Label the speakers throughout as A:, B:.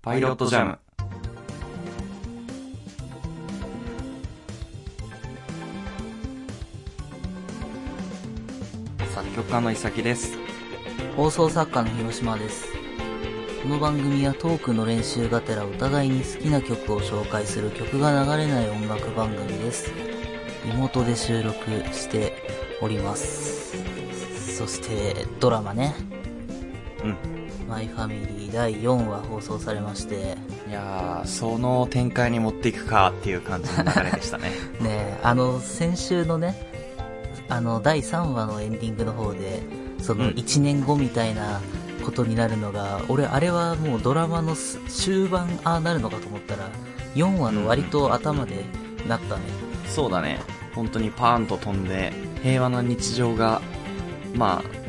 A: パイロットジャム。作曲家のいさきです。
B: 放送作家の広島です。この番組はトークの練習がてらお互いに好きな曲を紹介する曲が流れない音楽番組です。リモートで収録しております。そしてドラマね。
A: うん。
B: マイファミリー第4話放送されまして、
A: いやー、その展開に持っていくかっていう感じの流れでしたね。
B: ねえあの、先週のね、あの、第3話のエンディングの方で、その
A: うん
B: 1年後みたいなことになるのが、俺、あれはもうドラマのす終盤、ああなるのかと思ったら、4話の割と頭でなったね。
A: そうだね。本当にパーンと飛んで、平和な日常が、まあ、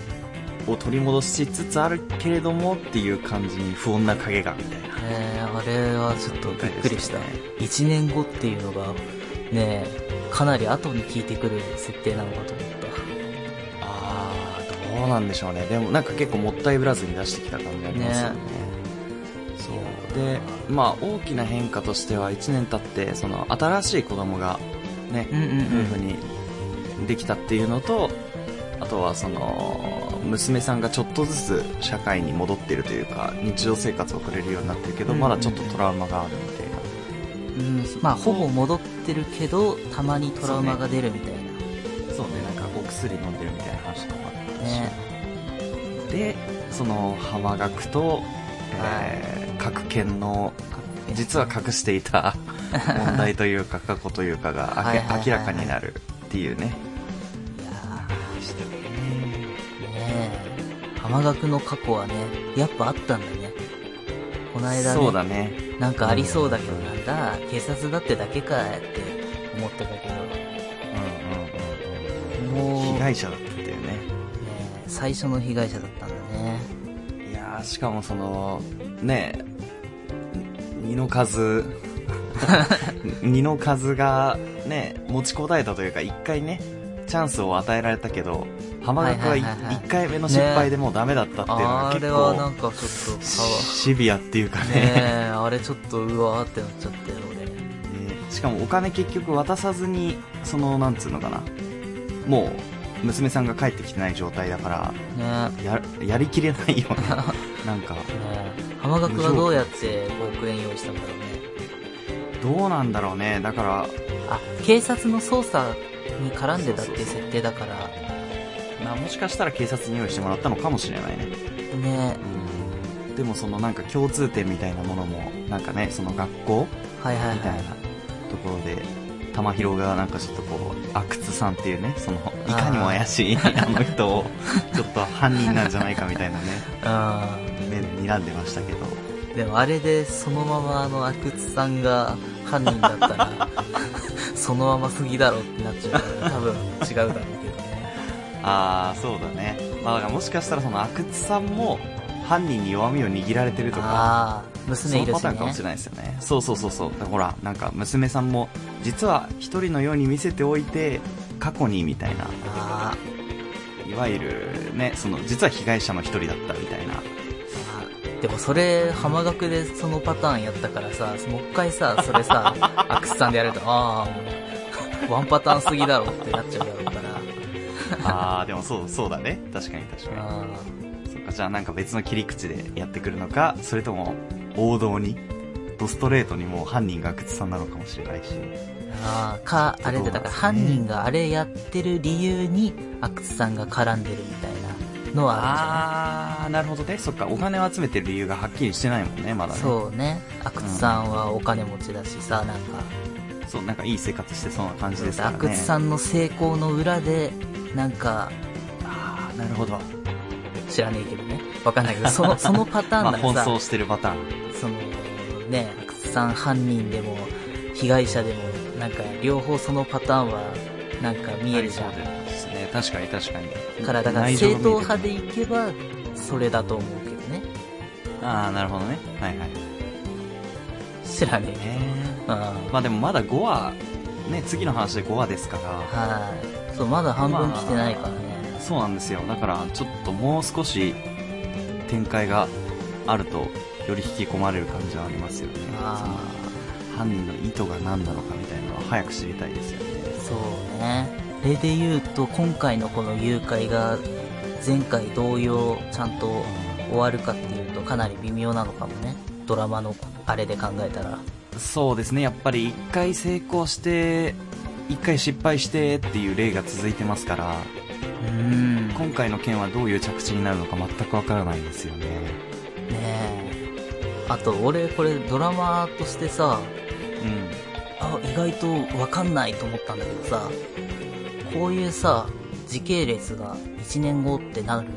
A: を取り戻しつつあるけれどもっていう感じに不穏な影がみたいな。
B: えーあれはちょっとびっくりした
A: びっく。
B: 1年後っていうのが、ねえかなり後に効いてくる設定なのかと思った。
A: あー、どうなんでしょうね。でもなんか結構もったいぶらずに出してきた感じありますよね。
B: ね
A: そう。で、まあ大きな変化としては1年経って、その新しい子供がね、
B: うんうん
A: 夫婦にできたっていうのと、あとはその、娘さんがちょっとずつ社会に戻ってるというか、日常生活を送れるようになってるけど、
B: うん
A: まだちょっとトラウマがあるみたいな。
B: うん。うん、まあ、ほぼ戻ってるけど、たまにトラウマが出るみたいな。
A: そうね、なんかお薬飲んでるみたいな話とかもあっ
B: ね
A: たしで、その浜学と、えー、各県の、実は隠していた問題というか過去というかがあけ
B: はいはいはいはい
A: 明らかになるっていうね。
B: いやーねえ浜学の過去はねやっぱあったんだねこの間ね
A: そうだね。
B: なんかありそうだけどなんだ警察だってだけかって思ってたけ
A: うん
B: どもう、
A: 被
B: ね
A: 害者だったんだよね。
B: え最初の被害者だったんだね
A: いやーしかもそのねえ二の 数二の数がね持ちこたえたというか一回ねチャンスを与えられたけど浜学は
B: はい
A: 一
B: はいはいはい
A: 回目の失敗でもうダメだったっていうのが
B: あ
A: 結
B: れはな
A: 構
B: んかちょっとか
A: シビアっていうか
B: わね
A: ね
B: え あれちょっとうわーってなっちゃって俺
A: ねしかもお金結局渡さずにそのなんつうのかなもう娘さんが帰ってきてない状態だから
B: ね
A: ややりきれないような なん
B: え
A: か
B: ねえ浜学はどうやって5億円用意したんだろうね
A: どうなんだろうねだから
B: あ警察の捜査に絡んでたっていう設定だから
A: まあ、もしかしたら警察に用意してもらったのかもしれないね、
B: ね
A: うん、でもそのなんか共通点みたいなものもなんかねその学校
B: はいはい
A: みた
B: はい
A: いなところで玉広がなんかちょっとこう阿久津さんっていうねそのいかにも怪しいあの人をちょっと犯人なんじゃないかみたいなね
B: う
A: 目で睨んでましたけど
B: んでもあれでそのままあの阿久津さんが犯人だった らそのまま過ぎだろってなっちゃうから多分違うだろうけどね
A: ああそうだね、まあ、だからもしかしたらその阿久津さんも犯人に弱みを握られてるとか
B: ああ
A: そ
B: 娘
A: の
B: いる
A: パ
B: し
A: ターンかもしれ
B: ね
A: ないですよね。そうそうそうそう。だからほら、なんか娘さんも、実は一人のように見せておいて、過去にみたいな、
B: あ
A: いわゆるね、その、実は被害者の一人だったみたい な。
B: ーでもそれ浜学でそのパターンやったからさもう一回さそれ さ阿久津さんでやるとああワンパターン過ぎだろってなっちゃうだろうから
A: あー、でもそう、そうだね。確かに確か
B: あ
A: に。そっか、じゃあなんか別の切り口でやってくるのか、それとも、王道に、ドストレートにもう犯人が阿久津さんなのかもしれないし。
B: あーかあれでだから犯人があれやってる理由に阿久津さんが絡んでるみたいなのはあるんじゃない
A: あー、なるほどね。そっか、お金を集めてる理由がはっきりしてないもんね、まだね。
B: そうね阿久津さんはお金持ちだしさなんか
A: そう、なんかいい生活してそうな感じですから
B: 阿
A: ね。
B: 久津さんの成功の裏でなんか
A: あー、なるほど。
B: 知らねえけどねわかんないけ どそのそのパター
A: ま
B: ンな
A: あ、奔
B: らさ
A: 走してるパターン。
B: そのね阿久津さん犯人でも被害者でもなんか両方そのパターンはなんか見えるじゃんだ
A: ですね。確かに確かに。
B: からだから
A: 内
B: 正
A: 情
B: 統
A: が見えてくる
B: 派でいけばそれだと思うけどね
A: ああ、なるほどね。はいはい。
B: 知らねえ
A: ね
B: けどうん
A: まあでもまだ5話、ね、次の話で5話ですから、
B: はい。そう、まだ半分来てないからね。
A: そうなんですよ。だから、ちょっともう少し展開があるとより引き込まれる感じはありますよね
B: あ
A: その犯人の意図が何なのかみたいなのは早く知りたいですよね
B: あそうねそれで言うと今回のこの誘拐が前回同様ちゃんと終わるかっていうとかなり微妙なのかもねドラマのあれで考えたら
A: そうですねやっぱり一回成功して一回失敗してっていう例が続いてますから
B: うんね
A: 今回の件はどういう着地になるのか全くわからないんですよね
B: えあと俺これドラマとしてさ
A: うん
B: あ意外と分かんないと思ったんだけどさこういうさ時系列が1年後ってなる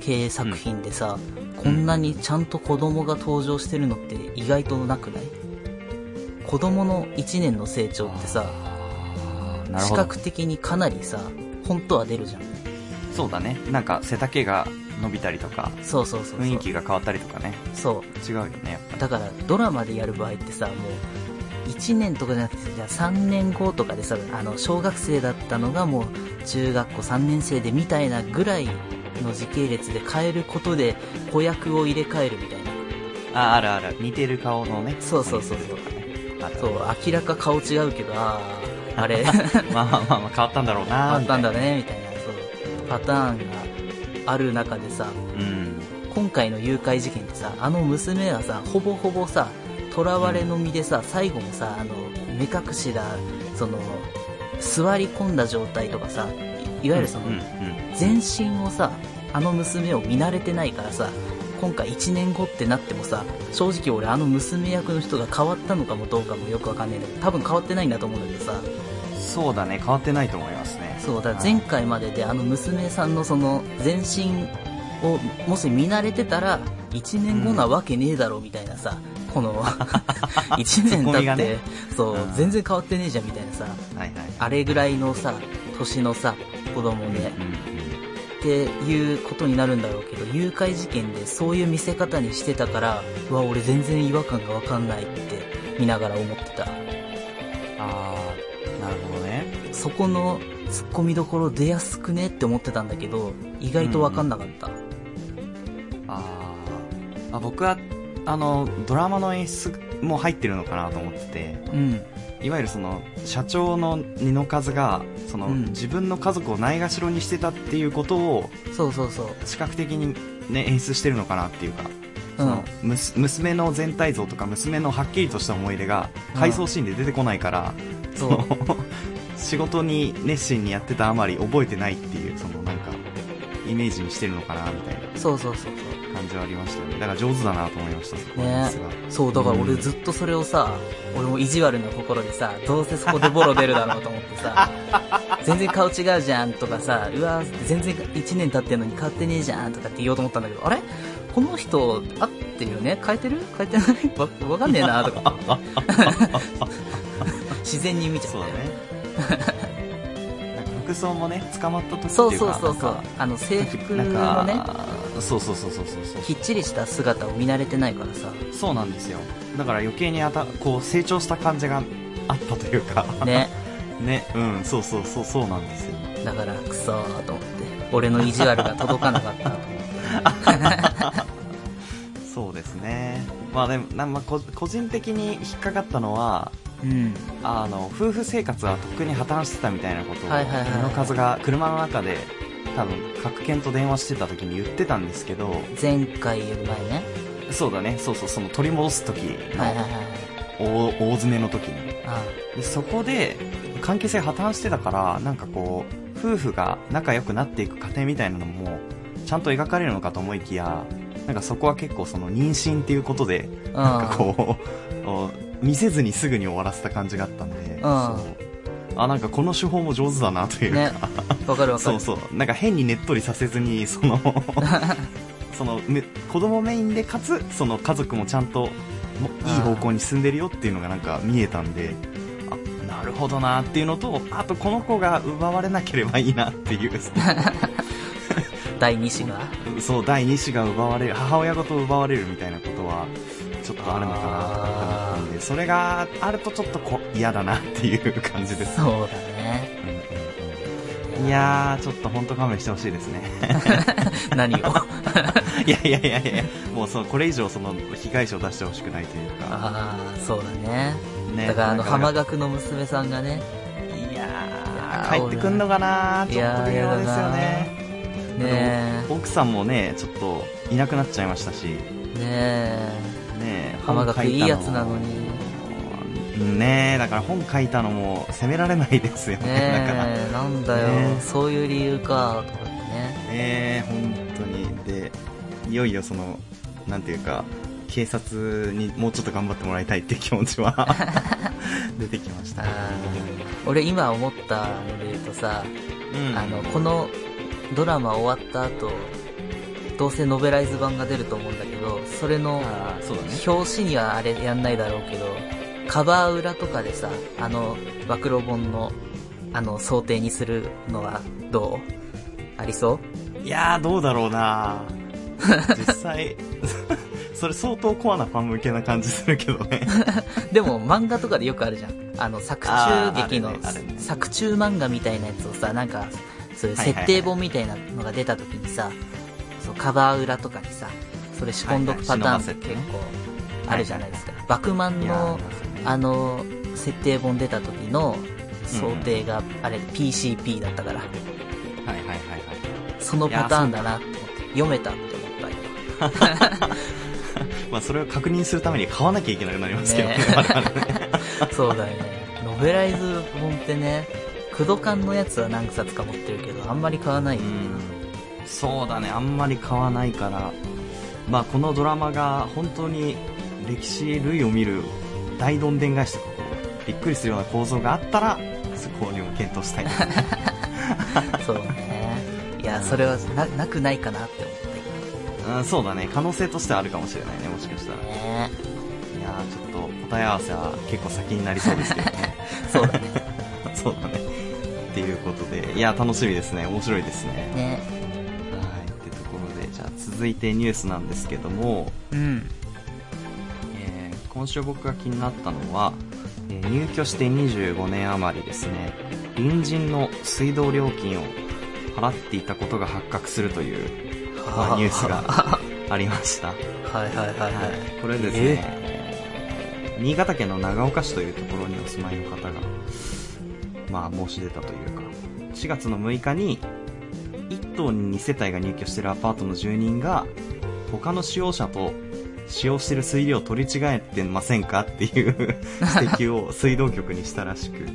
B: 系作品でさ、こんなにちゃんと子供が登場してるのって意外となくない子供の1年の成長ってさ
A: あーなる
B: 視
A: ほど
B: 覚的にかなりさ本当は出るじゃん
A: そうだねなんか背丈が伸びたりとか
B: そうそうそうそう
A: 雰囲気が変わったりとかね
B: そう
A: 違うよねやっぱ
B: だからドラマでやる場合ってさもう1年とかじゃなくてじゃあ3年後とかでさあの小学生だったのがもう中学校3年生でみたいなぐらいの時系列で変えることで子役を入れ替えるみたいな
A: ああるある似てる顔のね
B: そうそうそうそう
A: とかねある
B: そう明らか顔違うけどあ ああれ
A: まあまあまあまあ変わったんだろう
B: あ
A: なー
B: っ
A: みた
B: た
A: い
B: ん
A: な
B: だねみたいなそう パターンがある中でさ
A: うん
B: 今回の誘拐事件ってさあの娘はさほぼほぼさ囚われの身でさ、最後もさあの目隠しだその座り込んだ状態とかさいいわゆるその、
A: うんうん
B: 全身をさあの娘を見慣れてないからさ今回1年後ってなってもさ正直俺あの娘役の人が変わったのかもどうかもよくわかんないんだけど多分変わってないんだと思うんだけどさ
A: そうだね変わってないと思いますね
B: そうだから前回までであの娘さんのその全身をもし見慣れてたら1年後なわけねえだろみたいなさ、こ の1年
A: ツッコミ
B: 経
A: が
B: って、
A: ね
B: そう、
A: うん
B: 全然変わってねえじゃんみたいなさ
A: はいはい
B: あれぐらいのさ年のさ子供で、
A: うん
B: っていうことになるんだろうけど誘拐事件でそういう見せ方にしてたからうわ俺全然違和感がわかんないって見ながら思ってた
A: うんああなるほどね
B: そこのツッコミどころ出やすくねって思ってたんだけど意外と分かんなかった、
A: あーあ僕はあのドラマの演出も入ってるのかなと思ってて
B: うん、
A: いわゆるその社長の二の数がその、
B: うん
A: 自分の家族をないがしろにしてたっていうことを
B: そうそうそう。
A: 視覚的に、ね、演出してるのかなっていうか
B: う
A: そ
B: ん
A: の、むす娘の全体像とか娘のはっきりとした思い出が
B: うん
A: 回想シーンで出てこないから、
B: そ
A: そうの 仕事に熱心にやってたあまり覚えてないっていうそのなんかイメージにしてるのかなみたいな
B: そうそうそう
A: 感じはありましたねだから上手だなと思いましたそこなんですが、
B: そう。そう、だから俺
A: うん
B: ずっとそれをさ、俺も意地悪な心でさ、どうせそこでボロ出るだろうと思って さ、全然顔違うじゃんとかさ、うわ、全然1年経ってんのに変わってねえじゃんとかって言おうと思ったんだけど、あれこの人、合ってるよね変えてる変えてないわ、わかんねえなとか 思って。自然に見ちゃった
A: そう
B: よ
A: だ。ね なんか服装もね捕まった時っていうか
B: そうそうそう
A: なん
B: そう
A: か。
B: あの制服
A: なん
B: のね、
A: かそうそうそうそうそうそ
B: きっちりした姿を見慣れてないからさ、
A: うそうなんですよだから余計にあたこう成長した感じがあったというか
B: ね。
A: ねうんそうそうそうそうなんですよ
B: だからクソーと思って俺の意地悪が届かなかったと思って
A: そうですねまあでもなんまあこ個人的に引っかかったのは
B: うん
A: あの夫婦生活はとっくに破綻してたみたいなことを
B: はいはいはい
A: 布数が車の中で多分各県と電話してた時に言ってたんですけど
B: 前回より前ね
A: そうだねそうそうその取り戻す時の
B: はいはいはい
A: 大大詰めの時に
B: あ
A: でそこで関係性破綻してたからなんかこう夫婦が仲良くなっていく過程みたいなのもちゃんと描かれるのかと思いきやなんかそこは結構その妊娠っていうことで
B: うん
A: なんかこう、お見せずにすぐに終わらせた感じがあったんで、そうあ、なんかこの手法も上手だなというか、
B: ねわかるわか
A: そ
B: る
A: うそう、なんか変にねっとりさせずに、そ の、その、め子供メインで、かつ、その家族もちゃんと、もいい方向に進んでるよっていうのがなんか見えたんで、あ、なるほどなっていうのと、あとこの子が奪われなければいいなっていう、そ
B: 第2子が
A: のそう、第2子が奪われる、母親ごと奪われるみたいなことは、ちょっとあるのかなとか思ったんで、それがあるとちょっとこ嫌だなっていう感じです。
B: そうだね
A: うんうんうん
B: いや
A: いやー、ちょっと本当勘弁してほしいですね。
B: 何を
A: いやいやいやいや、もうそのこれ以上その被害者を出してほしくないというか。
B: ああそうだね
A: ね
B: だからあの
A: なんか
B: 浜学の娘さんがね
A: いや
B: や
A: ー
B: ー
A: 帰ってくんのかなー
B: 俺
A: ちょっと微
B: いや
A: 妙
B: ー
A: ですよね。
B: ね
A: 奥さんもね、ちょっといなくなっちゃいましたし、
B: えねえ
A: ね
B: 浜学
A: 本書
B: い
A: た
B: いやつなのに
A: ねえだから本書いたのも責められないですよねだから
B: ねえなんだよ、
A: ねえ
B: そういう理由かとかってね
A: ええ本当にでいよいよそのなんていうか警察にもうちょっと頑張ってもらいたいっていう気 持ちは出てきました、
B: あー俺今思ったので言うとさ、
A: うん、
B: あのこのドラマ終わった後どうせノベライズ版が出ると思うんだけどそれの
A: あーそうだね
B: 表紙にはあれやんないだろうけどカバー裏とかでさあの暴露本のあの想定にするのはどうありそう
A: いやーどうだろうな実際 それ相当コアなファン向けな感じするけどね
B: でも漫画とかでよくあるじゃん。あの、作中
A: あー
B: 劇の、
A: あるねあるね
B: 作中漫画みたいなやつをさ、なんか、そういう
A: はいはいはい
B: 設定本みたいなのが出た時にさ、そう、カバー裏とかにさ、それ仕込んどくパターンって
A: はい
B: 結
A: はい
B: 構あるじゃないですか。バクマン
A: いやー
B: の、あの、設定本出た時の想定が、あれ PCP だったから、
A: はいはいはいはい
B: そのパターンだなって思って、読めたって思ったよ。
A: まあ、それを確認するために買わなきゃいけなくなりますけど ね
B: ね
A: 我々ね
B: そうだよね。ノベライズ本ってね、クドカンのやつは何冊か持ってるけど、あんまり買わないよね。
A: うんそうだねあんまり買わないから、まあ、このドラマが本当に歴史類を見る大どんでん返しとかこうびっくりするような構造があったらそこにも検討したいですね
B: そうね。いや、それはな、なくないかなって思った
A: うんそうだね可能性としてはあるかもしれないねもしかしたら
B: け
A: い
B: どね。
A: やーちょっと答え合わせは結構先になりそうですけどね
B: そうだね。
A: そうだねっていうことでいや楽しみですね面白いですね
B: ね。
A: はいってところでじゃあ続いてニュースなんですけども
B: うん。
A: えー今週僕が気になったのは、えー入居して25年余りですね隣人の水道料金を払っていたことが発覚するという、まあニュースがありました、はい、
B: はいはいはいはい。
A: これですね、新潟県の長岡市というところにお住まいの方が、まあ、申し出たというか4月の6日に1棟に2世帯が入居しているアパートの住人が他の使用者と使用している水量を取り違えてませんかっていう 指摘を水道局にしたらしく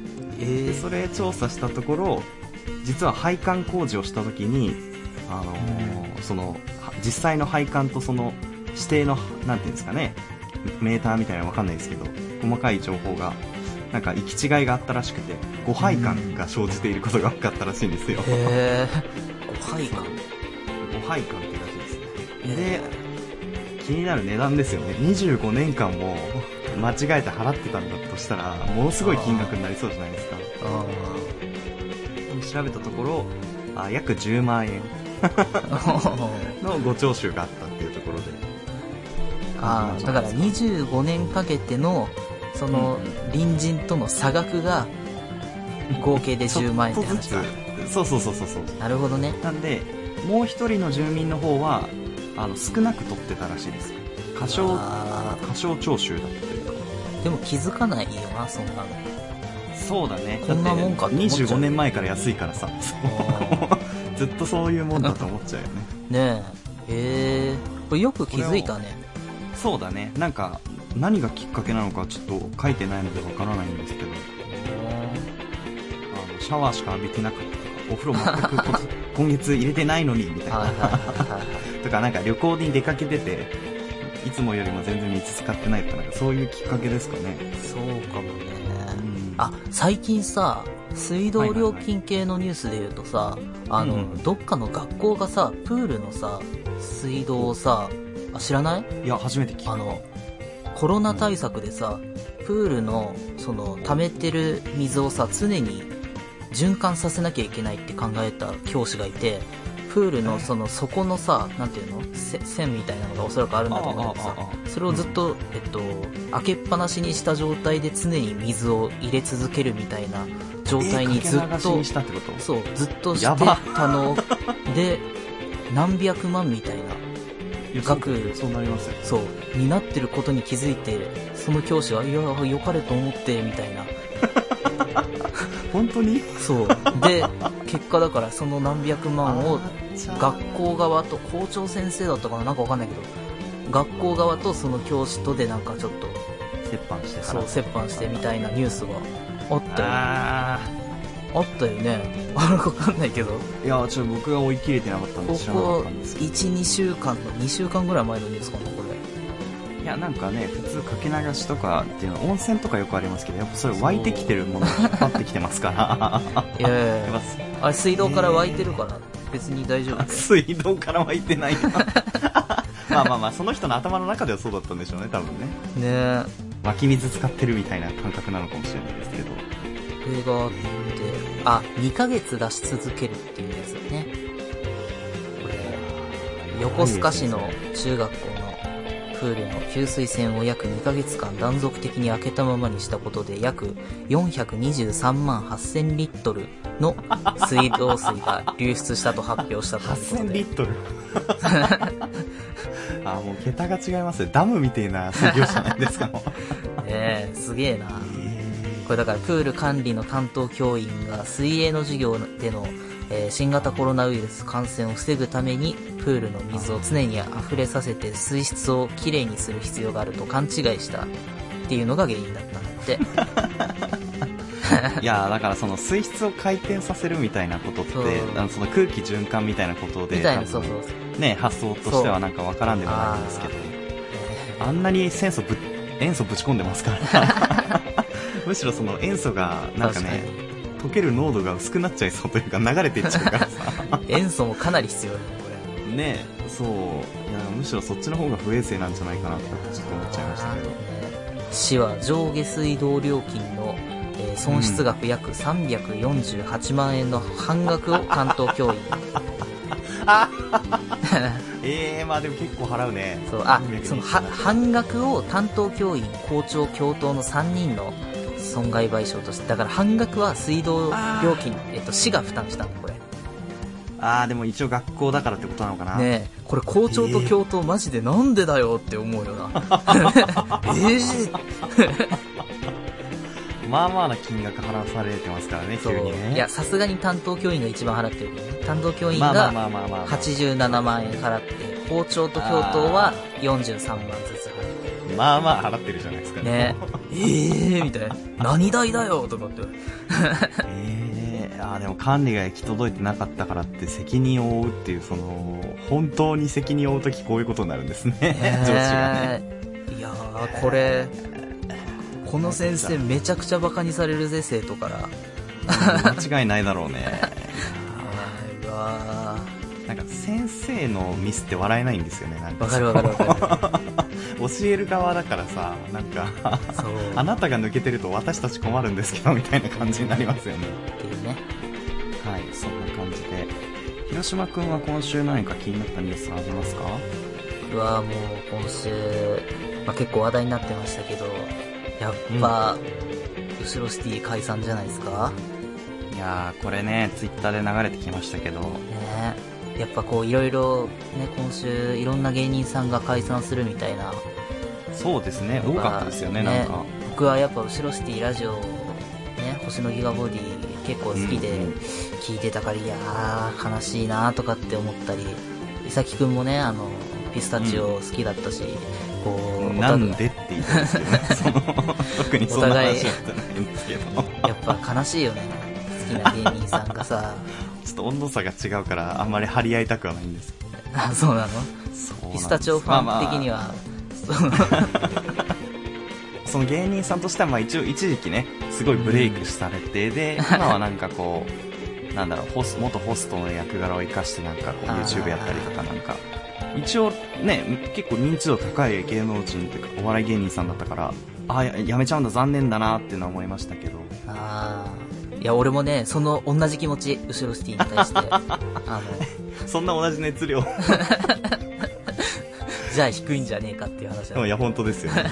B: え
A: でそれ調査したところ実は配管工事をした時に、あのーそのは実際の配管とその指定のなんていうんですかねメーターみたいなのわかんないですけど細かい情報がなんか行き違いがあったらしくて誤配管が生じていることが分かったらしいんですよ、
B: えへえー。はいか。
A: 誤配管ってらしいですね
B: え
A: で気になる値段ですよね25年間も間違えて払ってたんだとしたらものすごい金額になりそうじゃないですか
B: あ
A: 調べたところあ約10万円
B: ー
A: のご徴収があったっていうところで
B: あーだから25年かけての、その
A: うん、
B: 隣人との差額が、合計で10万円って話
A: ちょ
B: か
A: っ。とずつそうそうそうそうそう
B: なるほどね。
A: なんでもう一人の住民の方はあの少なく取ってたらしいです過小
B: あ
A: 過小徴収だったというか
B: ーでも気づかないよな、そんなの。
A: そうだね
B: こんなもんかって思っちゃう
A: 25年前から安 いからさそう
B: あ
A: ずっとそういうもんだと思っちゃうよね
B: ねえ。へえ。これよく気づいたね。
A: そうだねなんか何がきっかけなのかちょっと書いてないのでわからないんですけどあのシャワーしか浴びてなかったとかお風呂全くこ今月入れてないのにみたい
B: はいはい
A: な
B: はいはい。
A: とかなんか旅行に出かけてていつもよりも全然道使ってないとかなんかそういうきっかけですかね、
B: そうかもね。
A: ん
B: あ、最近さ、水道料金系のニュースで言うとさ、あ
A: うん
B: の、
A: うん
B: どっかの学校がさ、プールのさ、水道をさ、あ知らない
A: いや初めて聞いた
B: あの、コロナ対策でさ、プールの、その、溜めてる水をさ、常に循環させなきゃいけないって考えた教師がいて、プールのその底のさなんていうのせ線みたいなのがおそらくあるんだと思うんだけど
A: あああ
B: さ
A: ああ
B: それをずっと、えっと、開けっぱなしにした状態で常に水を入れ続けるみたいな状態にずっ
A: えーかけ流し
B: と
A: にしたってこと
B: そうずっとして
A: やば
B: たので何百万みたいな額
A: いやそうそうなりますよ
B: そうになってることに気づいてその教師が「いや良かれと思って」みたいな
A: 本当に
B: そう で結果だからその何百万を学校側と校長先生だったかななんかわかんないけど学校側とその教師とでなんかちょっと
A: 折半して
B: そう折半してみたいなニュースがあったよねあ
A: あ
B: ったよね あれわかんないけど
A: ーいやちょっと僕が追い切れてなかったんで
B: こ
A: 知らなかっ
B: こ
A: たんですけ
B: 12週間の2週間ぐらい前のニュースかなこれ
A: どいやなんかね普通かけ流しとかっていうの温泉とかよくありますけどやっぱそれ湧いてきてるものが引っ張ってきてますから
B: いやい
A: や
B: や
A: っ
B: い
A: ぱ
B: やあれ水道から湧いてるから別に大丈夫だよ
A: 水道から湧いて ないなまあまあまあその人の頭の中ではそうだったんでしょうね多分ね
B: ねえ
A: 湧き水使ってるみたいな感覚なのかもしれないですけど
B: これがあってあ2ヶ月出し続けるっていうやつだねこれ横須賀市の中学校のプールの給水栓を約2ヶ月間断続的に開けたままにしたことで約423万8000リットルの水道水が流出したと発表したということで
A: 8000リットルあもう桁が違いますねダムみたいな水量じゃないですかもう
B: ねえすげえなこれだからプール管理の担当教員が水泳の授業での、えー新型コロナウイルス感染を防ぐためにプールの水を常に溢れさせて水質をきれいにする必要があると勘違いしたっていうのが原因だったんだって
A: いやだからその水質を回転させるみたいなことって
B: そう
A: あのその空気循環みたいなこと で
B: みたい
A: 多
B: な
A: 分
B: そうそうそう、
A: ね発想としてはなんかわからんでもないんですけどあんなに塩素ぶ塩素ぶち込んでますから むしろその塩素がなんか
B: 確か
A: ね
B: に
A: 溶ける濃度が薄くなっちゃいそうというか流れていっちゃうからさ
B: 塩素もかなり必 要だねこ
A: ねそういやむしろそっちの方が不衛生なんじゃないかなってちょっと思っちゃいましたけど
B: れ、ね、市は上下水道料金の、えー損失額約348万円の半額を担当教員に
A: ええまあでも結構払うね
B: そうあ
A: 300
B: そのは半額を担当教員校長教頭の3人の損害賠償としてだから半額は水道料金、えっと、市が負担したんだこれ
A: ああでも一応学校だからってことなのかな、
B: ねえこれ校長と教頭、マジでなんでだよって思うよなええ
A: まあまあな金額払わされてますからね
B: そ
A: 急
B: う
A: にね
B: いやさすがに担当教員が一番払ってるけどね担当教員
A: まあまあ
B: が
A: まあまあまあ、まあ
B: 87万円払って校長と教頭は43万ずつ払って
A: まあまあ払ってるじゃないですか
B: ねええみたいな何代だよとかって
A: ええあーでも管理が行き届いてなかったからって責任を負うっていうその本当に責任を負う時こういうことになるんですね、上司がね
B: えーいやーこれこの先生めちゃくちゃバカにされるぜ生徒から
A: 間違いないだろうね
B: うわ
A: なんか先生のミスって笑えないんですよねなん
B: ーわ
A: か
B: かるわかるわか
A: 教える側だからさなんか
B: るそう
A: あなたが抜けてると私たち困るんですけどみたいな感じになりますよね
B: っていうね
A: はいそんな感じで広島君は今週何か気になったニュースありますか
B: うわーもう今週、まあ、結構話題になってましたけどやっぱ、後ろシティ解散じゃないですか
A: いやーこれねツイッターで流れてきましたけど
B: ねやっぱこういろいろね今週いろんな芸人さんが解散するみたいな
A: そうですね多かったですよね
B: まあ
A: なんか
B: 僕はやっぱ後ろシティラジオ、ね、星野ギガボディ結構好きで
A: うんうん
B: 聞いてたから、いやー悲しいなーとかって思ったり伊崎くんもねあのピスタチオ好きだったし、こうお互い
A: なんでって 言ってますけどねその特にそんな話はしてないんですけど
B: やっぱ悲しいよね好きな芸人さんが さ
A: ちょっと温度差が違うからあんまり張り合いたくはないんです
B: あそうなの
A: そうなんです
B: ピスタチオファ
A: まあ
B: ン
A: まあ
B: 的には、
A: その芸人さんとしてはまあ一応一時期ねすごいブレイクされて、で今はなんかこうなんだろうホス元ホストの役柄を生かしてなんかこう
B: あー
A: YouTube やったりとかなんか一応ね結構認知度高い芸能人というかお笑い芸人さんだったからあーややめちゃうんだ残念だなっていうのは思いましたけど
B: ああいや俺もねその同じ気持ち後ろシティに対してあの
A: そんな同じ熱量。
B: じゃあ低いんじゃねえかっていう話だ、
A: いや、本当ですよね。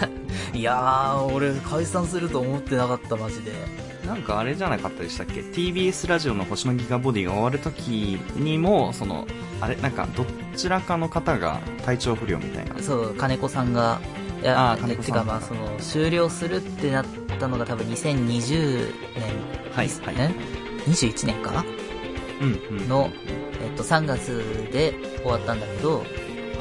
B: いやー、俺解散すると思ってなかった、マジで。
A: なんかあれじゃなかったでしたっけ ?TBS ラジオの星のギガボディが終わるときにも、その、あれ、なんか、どちらかの方が体調不良みたいな。
B: そう、金子さんが、い
A: あ
B: や、
A: ー金子さん
B: てかまあ、その、終了するってなったのが多分2020年、
A: はい
B: です
A: はい
B: ね21年かな
A: うん、うん。
B: の、えっと、3月で終わったんだけど、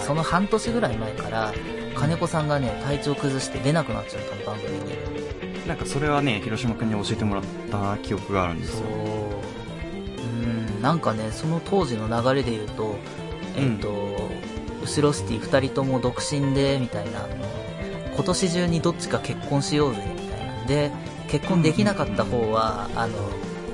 B: その半年ぐらい前から、金子さんがね、体調崩して出なくなっちゃったの、番組に。
A: なんかそれはね、広島君に教えてもらった記憶があるんです
B: そう
A: よ。
B: うんなんかねその当時の流れで言うとえっ、と、後ろシティ2人とも独身でみたいな今年中にどっちか結婚しようぜみたいなで結婚できなかった方は、あの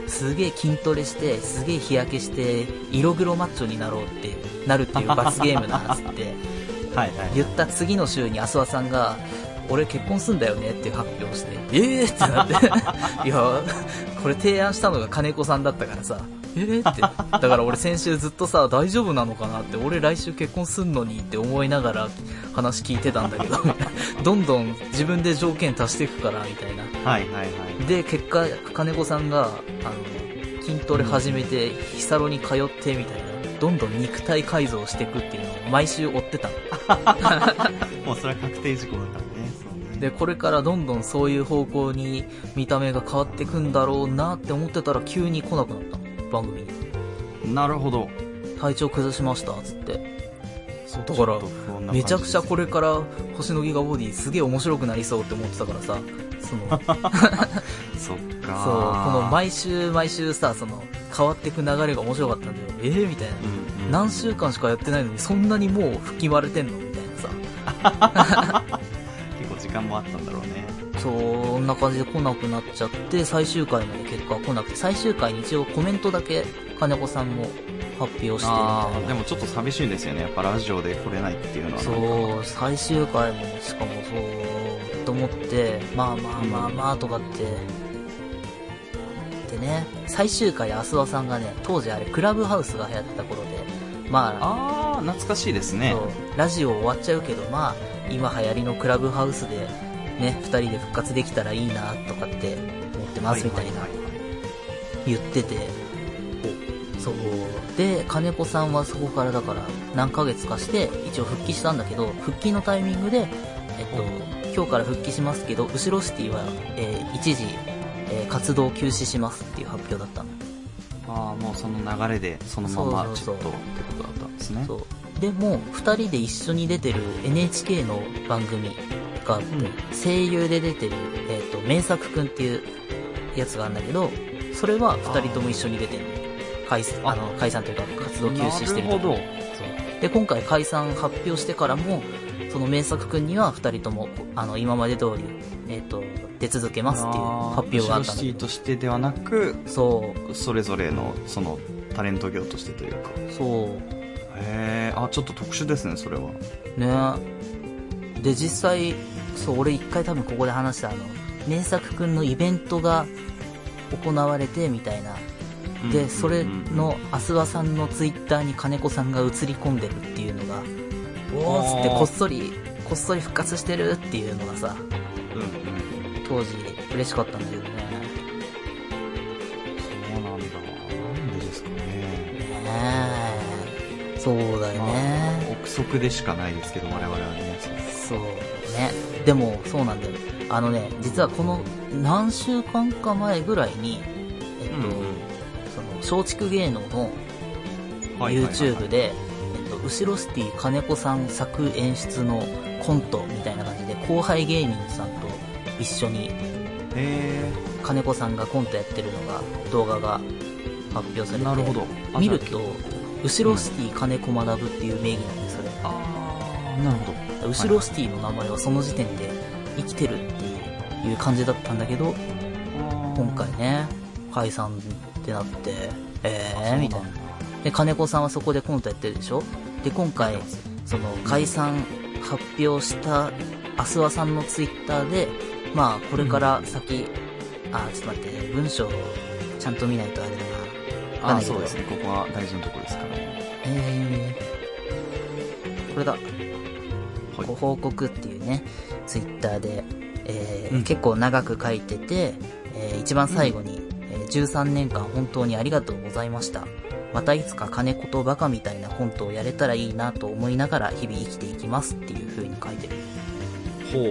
B: すげえ筋トレしてすげえ日焼けして色黒マッチョになろうってなるっていう罰ゲームなんつって
A: はいはい。
B: 言った次の週に阿諏訪さんが俺結婚すんだよねっていう発表をしてええー、ってなっていやこれ提案したのが金子さんだったからさええー、ってだから俺先週ずっとさ大丈夫なのかなって俺来週結婚すんのにって思いながら話聞いてたんだけど どんどん自分で条件足していくからみたいな
A: はいはいはい。
B: で結果金子さんがあの筋トレ始めてヒサロに通ってみたいなどんどん肉体改造していくっていうのを毎週追ってたの
A: もうそれは確定事項だからね。そうね
B: で、これからどんどんそういう方向に見た目が変わってくんだろうなって思ってたら急に来なくなったの番組に。
A: なるほど。
B: 体調崩しました、つって。そう、だか
A: ちょっと
B: ら、
A: 不穏な感じです
B: めちゃくちゃこれから星のギガボディすげえ面白くなりそうって思ってたからさ、その、そう、こ
A: そっか。
B: の、毎週毎週さ、その、変わってく流れが面白かったんだよ。えー、みたいな。
A: うんうん、
B: 何週間しかやってないのにそんなにもう吹き割れてんのみたいなさ。
A: 結構時間もあったんだろうね。
B: そんな感じで来なくなっちゃって、最終回まで結果は来なくて、最終回に一応コメントだけ金子さんも発表してみたい
A: ああ、で
B: な。
A: もちょっと寂しいですよね。やっぱラジオで来れないっていうのは。
B: そう、最終回も、しかもそう、と思って、まあまあまあまあとかって。でね、最終回で阿諏訪さんがね、当時あれ、クラブハウスが流行ってた頃で、まあ、
A: ああ、懐かしいですね
B: そ。うラジオ終わっちゃうけど、まあ、今流行りのクラブハウスで、ね、二人で復活できたらいいな、とかって思ってますみたいな
A: は。はは
B: 言ってて、そう。で、金子さんはそこからだから何ヶ月かして、一応復帰したんだけど、復帰のタイミングで、えっと、今日から復帰しますけど、後ろシティは、えー一時、えー活動休止しますっていう発表だったの。
A: ああ、もうその流れで、そのままち
B: そ
A: ょ
B: う
A: っ
B: そうそ
A: と
B: う
A: ってことだったんですね。
B: そう。でも、二人で一緒に出てる NHK の番組があって、
A: うん
B: 声優で出てる、えっ、と、名作くんっていうやつがあるんだけど、それは二人とも一緒に出てる。解散、
A: あ
B: あの、解散というか活動休止してる
A: な
B: と
A: るほど。
B: そうで、今回解散発表してからも、その名作くんには二人とも、あの、今まで通り、えっ、と、出続けますっていう発表があった
A: シ
B: んだ
A: テ
B: け
A: ィ
B: ど
A: としてではなく、
B: そう、
A: それぞれの、その、タレント業としてというか。
B: そう。
A: へえ、あ、ちょっと特殊ですね、それは。
B: ねで実際そう俺一回多分ここで話したあの名作くんのイベントが行われてみたいな
A: うんうんう
B: で
A: ん
B: それの阿諏訪さんのツイッターに金子さんが映り込んでるっていうのがおーっつって
A: あー
B: こっそりこっそり復活してるっていうのがさ
A: うんうん。
B: 当時嬉しかったんだけどね
A: そうなんだ。なんでですかね。
B: ねえそうだよね、
A: 憶測でしかないですけど、我々はね。
B: そうね。でも、そうなんだよ。あのね、実はこの何週間か前ぐらいに、えっと、
A: うんうん
B: その、松竹芸能の YouTube で、えっと、後ろシティ金子さん作演出のコントみたいな感じで、後輩芸人さんと一緒に
A: へ
B: 金子さんがコントやってるのが、動画が発表され
A: え、
B: て、
A: なるほど。あ
B: 見る。と、後ろシティ金子学ぶっていう名義なんです、それ。
A: あーなるほど。
B: 後ろシティの名前はその時点で生きてるっていう感じだったんだけど、今回ね、解散ってなって、えー、みたいな。で、金子さんはそこでコントやってるでしょで、今回、その解散発表したアスワさんのツイッターで、まあ、これから先、あ、ちょっと待って、文章ちゃんと見ないとあれだな。わかん
A: あ
B: な
A: ー、
B: いけ
A: そ
B: ど
A: うですね。ここは大事なとこですからね。
B: えー、これだ。
A: はい
B: ご報告っていうね、ツイッターで、えー
A: うん
B: 結構長く書いてて、えー一番最後に、えー13年間本当にありがとうございました。またいつか金子とバカみたいなコントをやれたらいいなと思いながら日々生きていきますっていう風に書いてる。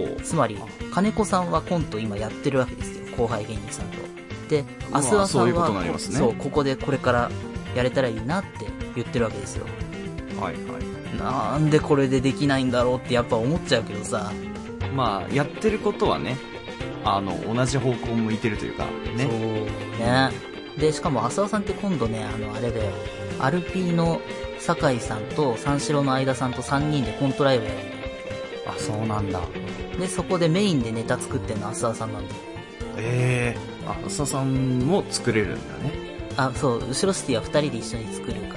A: ほう
B: つまり、金子さんはコント今やってるわけですよ。後輩芸人さんと。で、
A: ま
B: 明
A: あ
B: 日はさん
A: そういうこ
B: は、
A: とになりますね
B: そう、ここでこれからやれたらいいなって言ってるわけですよ。
A: はいはい
B: なんでこれでできないんだろうってやっぱ思っちゃうけどさ、
A: まあやってることはねあの同じ方向を向いてるというか
B: そう
A: ね
B: ね。で、しかも浅尾さんって今度ね、あの、あれだよ、アルピーの酒井さんと三四郎の相田さんと3人でコントライブやるんだ
A: あそうなんだ
B: よ。で、そこでメインでネタ作ってんの浅尾さんなんだよ。
A: ええあ浅田さんも作れるんだね
B: あ、そう、後ろシティは2人で一緒に作るか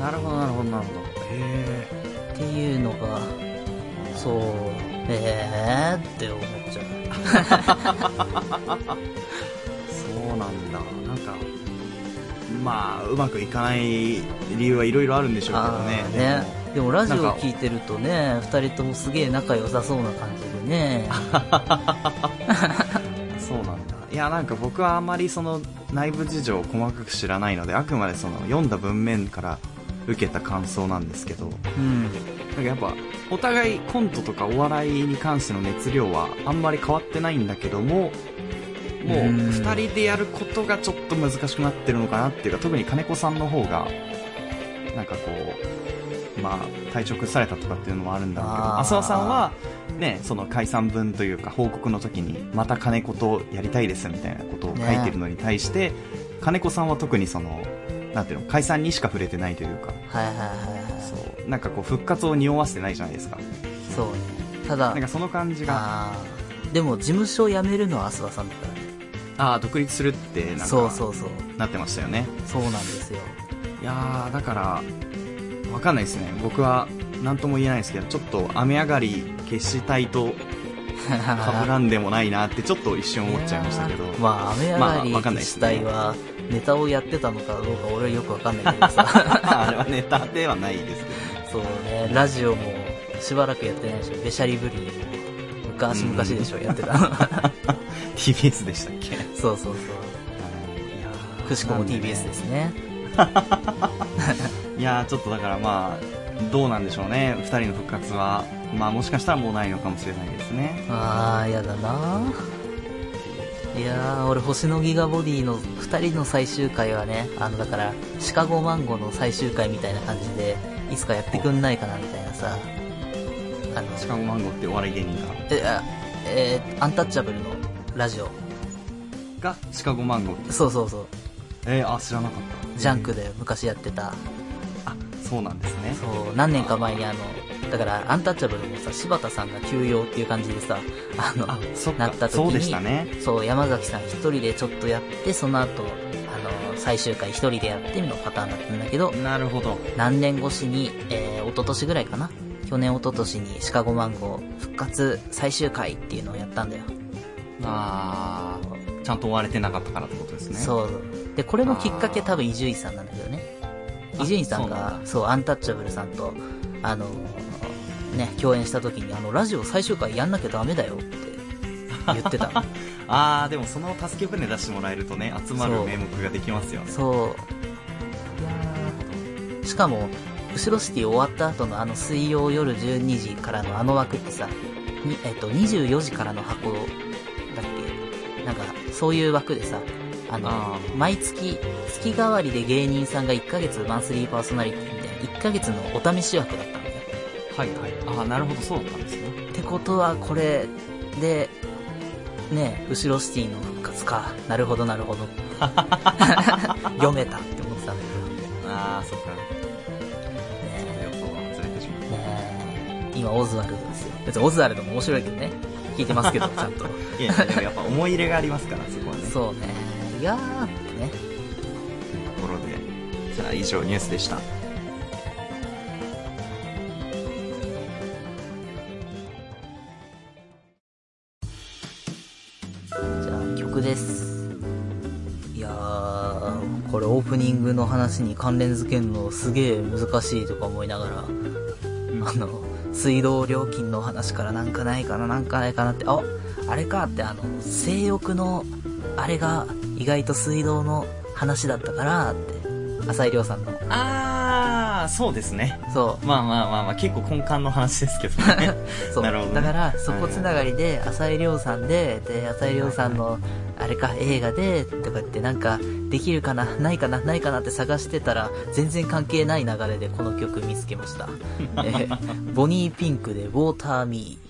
B: ら。
A: なるほどなるほどなるほどえ
B: っていうのが、そう、えーって思っちゃう。
A: えそうなんだなんかまあうまくいかない理由はいろいろあるんでしょうけど
B: あ
A: ね
B: ーね。でもラジオ
A: なんか
B: 聞いてるとね、二人ともすげえ仲良さそうな感じでね。
A: でもそうなんだいやなんか僕はあまりその内部事情を細かく知らないのであくまでその読んだ文面から受けた感想なんですけどなん
B: うん。
A: かやっぱお互いコントとかお笑いに関しての熱量はあんまり変わってないんだけどももう
B: うん
A: 2人でやることがちょっと難しくなってるのかなっていうか特に金子さんの方がなんかこうまあ体調崩されたとかっていうのもあるんだろうけ
B: あ
A: ど
B: ー
A: 浅尾さんはねその解散分というか報告の時にまた金子とやりたいですみたいなことを書いてるのに対して、金子さんは特にそのなんていうの解散にしか触れてないというか
B: はいはいはいはい。
A: そうなんかこう復活を匂わせてないじゃないですか
B: そうね。ただ
A: なん、かその感じが
B: あーでも事務所を辞めるのは浅田さんだからね。
A: ああ独立するってなん
B: そう
A: か
B: そうそう。
A: なってましたよね
B: そうなんですよ。
A: いやーだからわかんないですね僕は何とも言えないですけどちょっと雨上がり決死隊と被らんでもないなってちょっと一瞬思っちゃいまし たけど
B: まあ、雨上
A: ま
B: が
A: あ
B: り
A: わかんないです
B: 自
A: ね
B: 体は、ネタをやってたのかどうか俺はよくわかんないけどさ。
A: あれはネタではないですけど ね
B: そうね、ラジオもしばらくやってないでしょ。べしゃりぶりも昔々でしょ、やってた。
A: TBS でしたっけ
B: そうそうそう。
A: いやー
B: くしくも TBS で
A: なん
B: すね。
A: ねいやーちょっとだからまあどうなんでしょうね2人の復活はまあもしかしたらもうないのかもしれないですね
B: あー、やだないやー、俺、星のギガボディの2人の最終回はね、あの、だから、シカゴマンゴの最終回みたいな感じで、いつかやってくんないかな、みたいなさ。あの、
A: シカゴマンゴーってお笑い芸人
B: え、あえーアンタッチャブルのラジオ。
A: ががシカゴマンゴーって
B: そうそうそう。
A: えー、あ知らなかった
B: ジャンクで昔やってた。
A: あそうなんですね
B: そう、何年か前にあの、だから、アンタッチャブルもさ、柴田さんが休養っていう感じでさ、あの、
A: あそっ
B: な
A: か
B: った時に
A: そうでしたね
B: そう、山崎さん一人でちょっとやって、その後、あの、最終回一人でやってみのパターンだったんだけど、
A: なるほど
B: 何年越しに、えー、一昨年ぐらいかな去年一昨年にシカゴマンゴー復活最終回っていうのをやったんだよ。
A: あーちゃんと追われてなかったからってことですねう
B: そう。で、これのきっかけ
A: あー
B: 多分伊集院さんなんだけどね。
A: あ
B: 伊集院さん
A: そうな
B: が
A: ん、だ
B: そうアンタッチャブルさんと、あのーね、共演した時に、あの、ラジオ最終回やんなきゃダメだよって言って た。
A: ああでもその助け舟出してもらえるとね集ま
B: そ
A: る
B: う
A: 名目ができますよね
B: そう。いやーしかも、後ろシティ終わった後のあの水曜夜12時からのあの枠ってさ、にえっと、24時からの箱だっけなんか、そういう枠でさ、あの、
A: あー
B: 毎月、月替わりで芸人さんが1ヶ月マンスリーパーソナリティみたいな、1ヶ月のお試し枠だったんだよ。
A: はいはいああなるほどそうだったんですね
B: ってことは、これで、ね、後ろシティの復活か。なるほど、なるほ ど。 読めたって思ってたんだ
A: ああそっか
B: けどね。
A: 予想は外れてしまっ
B: ねえ今オズワルドですよ別にオズワルドも面白いけどね聞いてますけどちゃんと
A: たいやいやでもやっぱ思い入れがありますからそこはね
B: そうねいやーってね
A: というところでじゃあ以上ニュースでした
B: じゃあ曲ですいやーこれオープニングの話に関連付けるのすげえ難しいとか思いながら、あの、水道料金の話からなんかないかな、なんかないかなって、あ、あれかってあの、性欲の、あれが意外と水道の話だったからって、浅井亮さんの。
A: あー、そうですね。
B: そう。
A: まあまあまあまあ、結構根幹の話ですけどね。
B: そう
A: なるほどね
B: だからそこつながりで浅井亮さんでで浅井亮さんのあれか映画でとかってなんかできるかなないかなないかなって探してたら全然関 係ない流れでこの曲見つけました、えーボニーピンクで「ウォーターミー